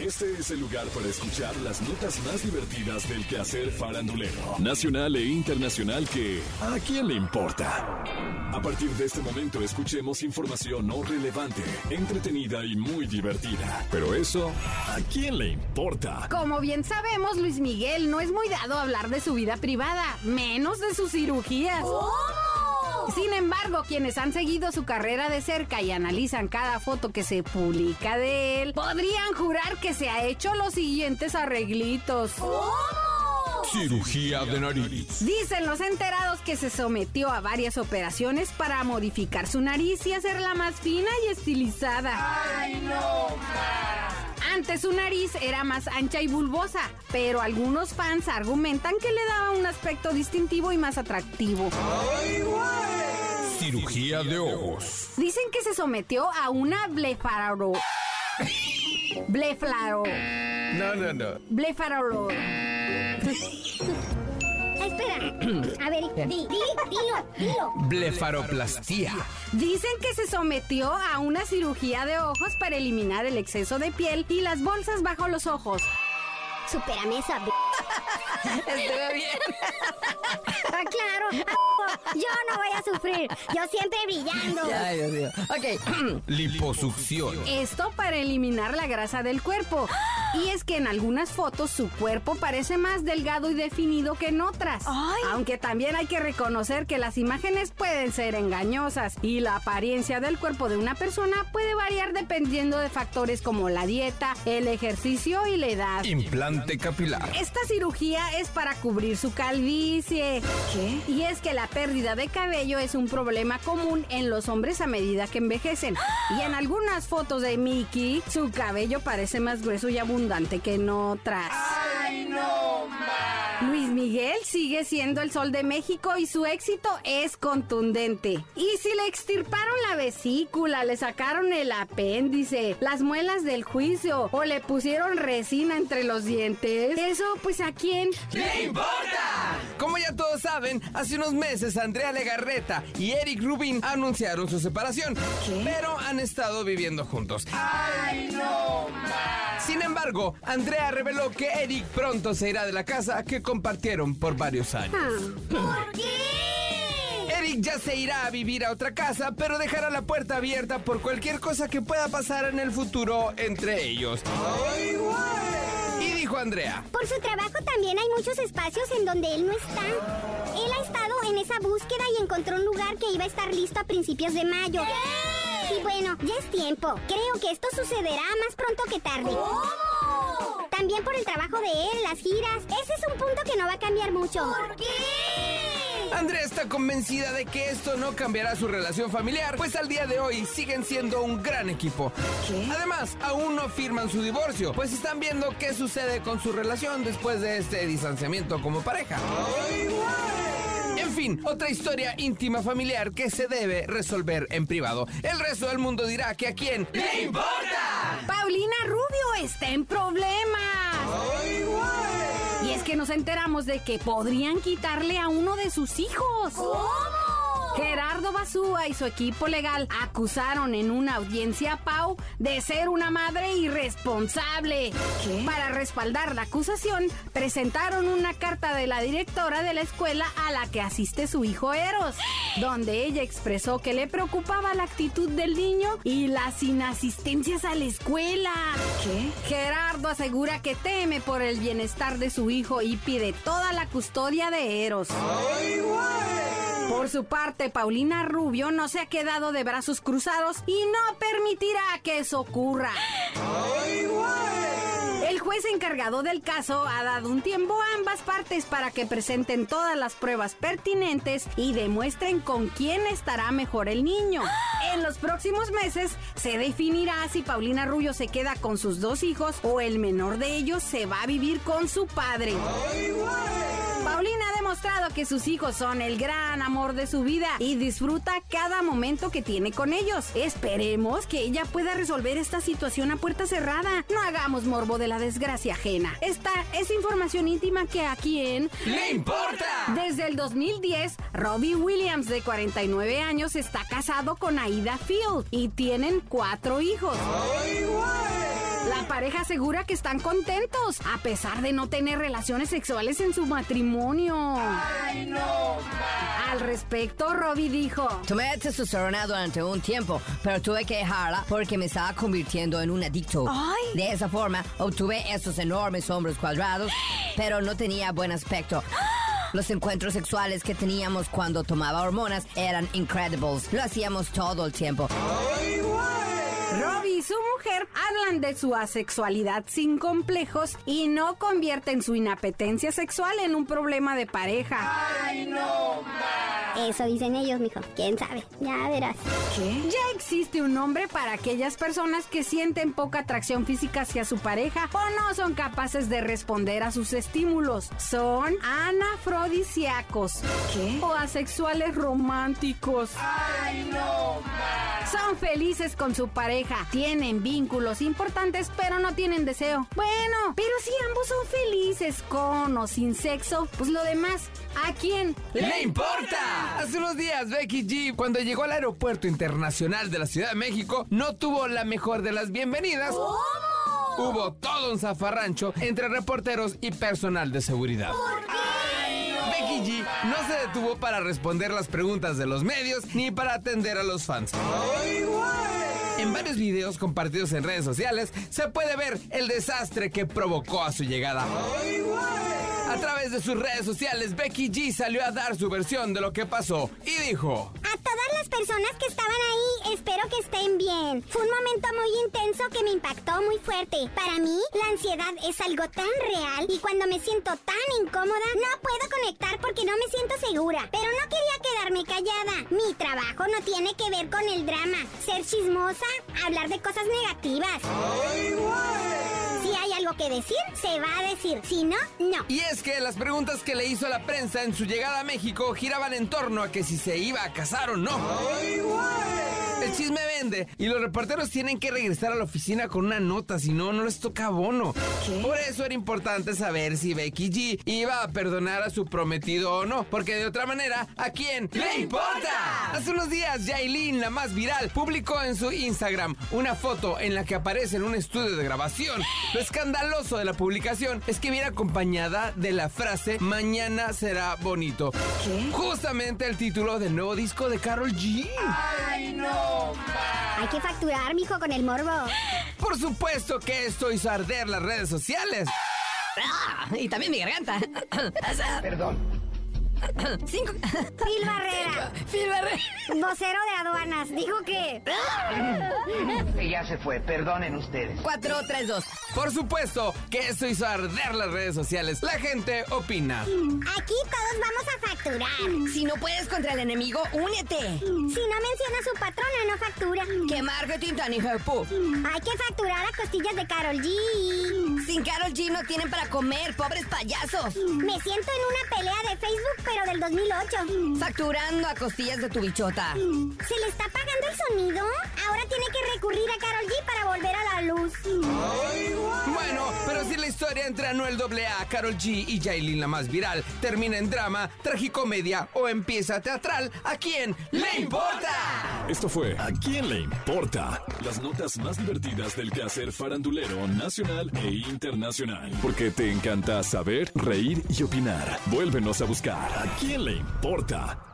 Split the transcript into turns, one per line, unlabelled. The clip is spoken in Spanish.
Este es el lugar para escuchar las notas más divertidas del quehacer farandulero, nacional e internacional que ¿a quién le importa? A partir de este momento escuchemos información no relevante, entretenida y muy divertida. Pero eso, ¿a quién le importa?
Como bien sabemos, Luis Miguel no es muy dado a hablar de su vida privada, menos de sus cirugías. Sin embargo, quienes han seguido su carrera de cerca y analizan cada foto que se publica de él, podrían jurar que se ha hecho los siguientes arreglitos.
Cirugía de nariz.
Dicen los enterados que se sometió a varias operaciones para modificar su nariz y hacerla más fina y estilizada. ¡Ay, no! Antes su nariz era más ancha y bulbosa, pero algunos fans argumentan que le daba un aspecto distintivo y más atractivo.
Cirugía de ojos.
Dicen que se sometió a una blefaro. Blefaro.
No, no, no.
Blefaro.
Espera. A ver, di, di, dilo, dilo.
Blefaroplastía.
Dicen que se sometió a una cirugía de ojos para eliminar el exceso de piel y las bolsas bajo los ojos.
Supérame esa. b-
Estuvo bien.
Ah, claro. a- Yo no voy a sufrir. Yo siempre brillando.
Ay, Dios mío. Ok.
Liposucción.
Esto para eliminar la grasa del cuerpo. Y es que en algunas fotos su cuerpo parece más delgado y definido que en otras. Aunque también hay que reconocer que las imágenes pueden ser engañosas y la apariencia del cuerpo de una persona puede variar dependiendo de factores como la dieta, el ejercicio y la edad.
Implante capilar.
Esta cirugía es para cubrir su calvicie. ¿Qué? Y es que la pérdida de cabello es un problema común en los hombres a medida que envejecen. Y en algunas fotos de Mickey, su cabello parece más grueso y abundante que en otras. Luis Miguel sigue siendo el sol de México y su éxito es contundente. Y si le extirparon la vesícula, le sacaron el apéndice, las muelas del juicio o le pusieron resina entre los dientes, eso pues a quién?
¿Qué importa? Como ya todos saben, hace unos meses Andrea Legarreta y Eric Rubin anunciaron su separación, pero han estado viviendo juntos. ¡Ay, no! Sin embargo, Andrea reveló que Eric pronto se irá de la casa que compartieron por varios años.
¿Por qué?
Eric ya se irá a vivir a otra casa, pero dejará la puerta abierta por cualquier cosa que pueda pasar en el futuro entre ellos. Y dijo Andrea,
Por su trabajo también hay muchos espacios en donde él no está. Él ha estado en esa búsqueda y encontró un lugar que iba a estar listo a principios de mayo. Y bueno, ya es tiempo. Creo que esto sucederá más pronto que tarde. También por el trabajo de él, las giras. Ese es un punto que no va a cambiar mucho. ¿Por qué?
Andrea está convencida de que esto no cambiará su relación familiar, pues al día de hoy siguen siendo un gran equipo. Además, aún no firman su divorcio, pues están viendo qué sucede con su relación después de este distanciamiento como pareja. En fin, otra historia íntima familiar que se debe resolver en privado. El resto del mundo dirá que a quién le importa.
Paulina Rubio está en problemas. Y es que nos enteramos de que podrían quitarle a uno de sus hijos. Gerardo Basúa y su equipo legal acusaron en una audiencia a Pau de ser una madre irresponsable. Para respaldar la acusación, presentaron una carta de la directora de la escuela a la que asiste su hijo Eros, donde ella expresó que le preocupaba la actitud del niño y las inasistencias a la escuela. Gerardo asegura que teme por el bienestar de su hijo y pide toda la custodia de Eros. Por su parte, Paulina Rubio no se ha quedado de brazos cruzados y no permitirá que eso ocurra. El juez encargado del caso ha dado un tiempo a ambas partes para que presenten todas las pruebas pertinentes y demuestren con quién estará mejor el niño. En los próximos meses se definirá si Paulina Rubio se queda con sus dos hijos o el menor de ellos se va a vivir con su padre. Paulina ha demostrado que sus hijos son el gran amor de su vida y disfruta cada momento que tiene con ellos. Esperemos que ella pueda resolver esta situación a puerta cerrada. No hagamos morbo de la desgracia ajena. Esta es información íntima que aquí en...
¡Le importa!
Desde el 2010, Robbie Williams, de 49 años, está casado con Aida Field y tienen cuatro hijos. La pareja asegura que están contentos, a pesar de no tener relaciones sexuales en su matrimonio. ¡Ay, no! Al respecto, Robbie dijo...
Tomé testosterona durante un tiempo, pero tuve que dejarla porque me estaba convirtiendo en un adicto.
Ay.
De esa forma, obtuve esos enormes hombros cuadrados, pero no tenía buen aspecto. Los encuentros sexuales que teníamos cuando tomaba hormonas eran incredibles. Lo hacíamos todo el tiempo.
Robbie y su mujer hablan de su asexualidad sin complejos y no convierten su inapetencia sexual en un problema de pareja.
Eso dicen ellos, mijo. ¿Quién sabe? Ya verás.
Ya existe un nombre para aquellas personas que sienten poca atracción física hacia su pareja o no son capaces de responder a sus estímulos. Son anafrodisíacos o asexuales románticos. Son felices con su pareja, tienen vínculos importantes, pero no tienen deseo. Bueno, pero si ambos son felices con o sin sexo, pues lo demás, ¿a quién?
¡Le importa! Hace unos días, Becky G, cuando llegó al aeropuerto internacional de la Ciudad de México, no tuvo la mejor de las bienvenidas. Hubo todo un zafarrancho entre reporteros y personal de seguridad. Becky G no se detuvo para responder las preguntas de los medios ni para atender a los fans. En varios videos compartidos en redes sociales se puede ver el desastre que provocó a su llegada. A través de sus redes sociales, Becky G salió a dar su versión de lo que pasó y dijo...
A todas las personas que estaban ahí, espero que estén bien. Fue un momento muy intenso que me impactó muy fuerte. Para mí, la ansiedad es algo tan real y cuando me siento tan incómoda, no puedo conectar porque no me siento segura. Pero no quería quedarme callada. Mi trabajo no tiene que ver con el drama, ser chismosa, hablar de cosas negativas. Si hay algo que decir, se va a decir. Si no, no.
Y es que las preguntas que le hizo la prensa en su llegada a México giraban en torno a que si se iba a casar o no. El chisme vende y los reporteros tienen que regresar a la oficina con una nota, si no, no les toca bono. Por eso era importante saber si Becky G iba a perdonar a su prometido o no, porque de otra manera, ¿a quién le importa? Hace unos días, Yailin, la más viral, publicó en su Instagram una foto en la que aparece en un estudio de grabación. Lo escandaloso de la publicación es que viene acompañada de la frase Mañana será bonito. Justamente el título del nuevo disco de Carol G.
Hay que facturar, mijo, con el morbo.
Por supuesto que esto hizo arder las redes sociales.
Ah, y también mi garganta. Perdón. Cinco.
Phil Barrera,
Phil Barrera.
vocero de aduanas, dijo que...
Ya se fue, perdonen ustedes.
Cuatro, tres, dos.
Por supuesto que esto hizo arder las redes sociales. La gente opina.
Aquí todos vamos a facturar.
Si no puedes contra el enemigo, únete.
Si no menciona a su patrona, no factura.
¡Qué marketing tan hijo de pu!
Hay que facturar a costillas de Carol G.
Sin Carol G no tienen para comer, pobres payasos.
Me siento en una pelea de Facebook, pero del 2008.
Facturando a costillas de tu bichota.
¿Se le está apagando el sonido? Ahora tiene que recurrir a Carol G para volver a la luz.
Bueno, pero si la historia entre Anuel AA, Carol G y Jailin la más viral termina en drama, tragicomedia o empieza teatral, ¿a quién le importa?
Esto fue ¿A quién le importa? Las notas más divertidas del quehacer farandulero nacional e internacional. Porque te encanta saber, reír y opinar. Vuélvenos a buscar ¿A quién le importa?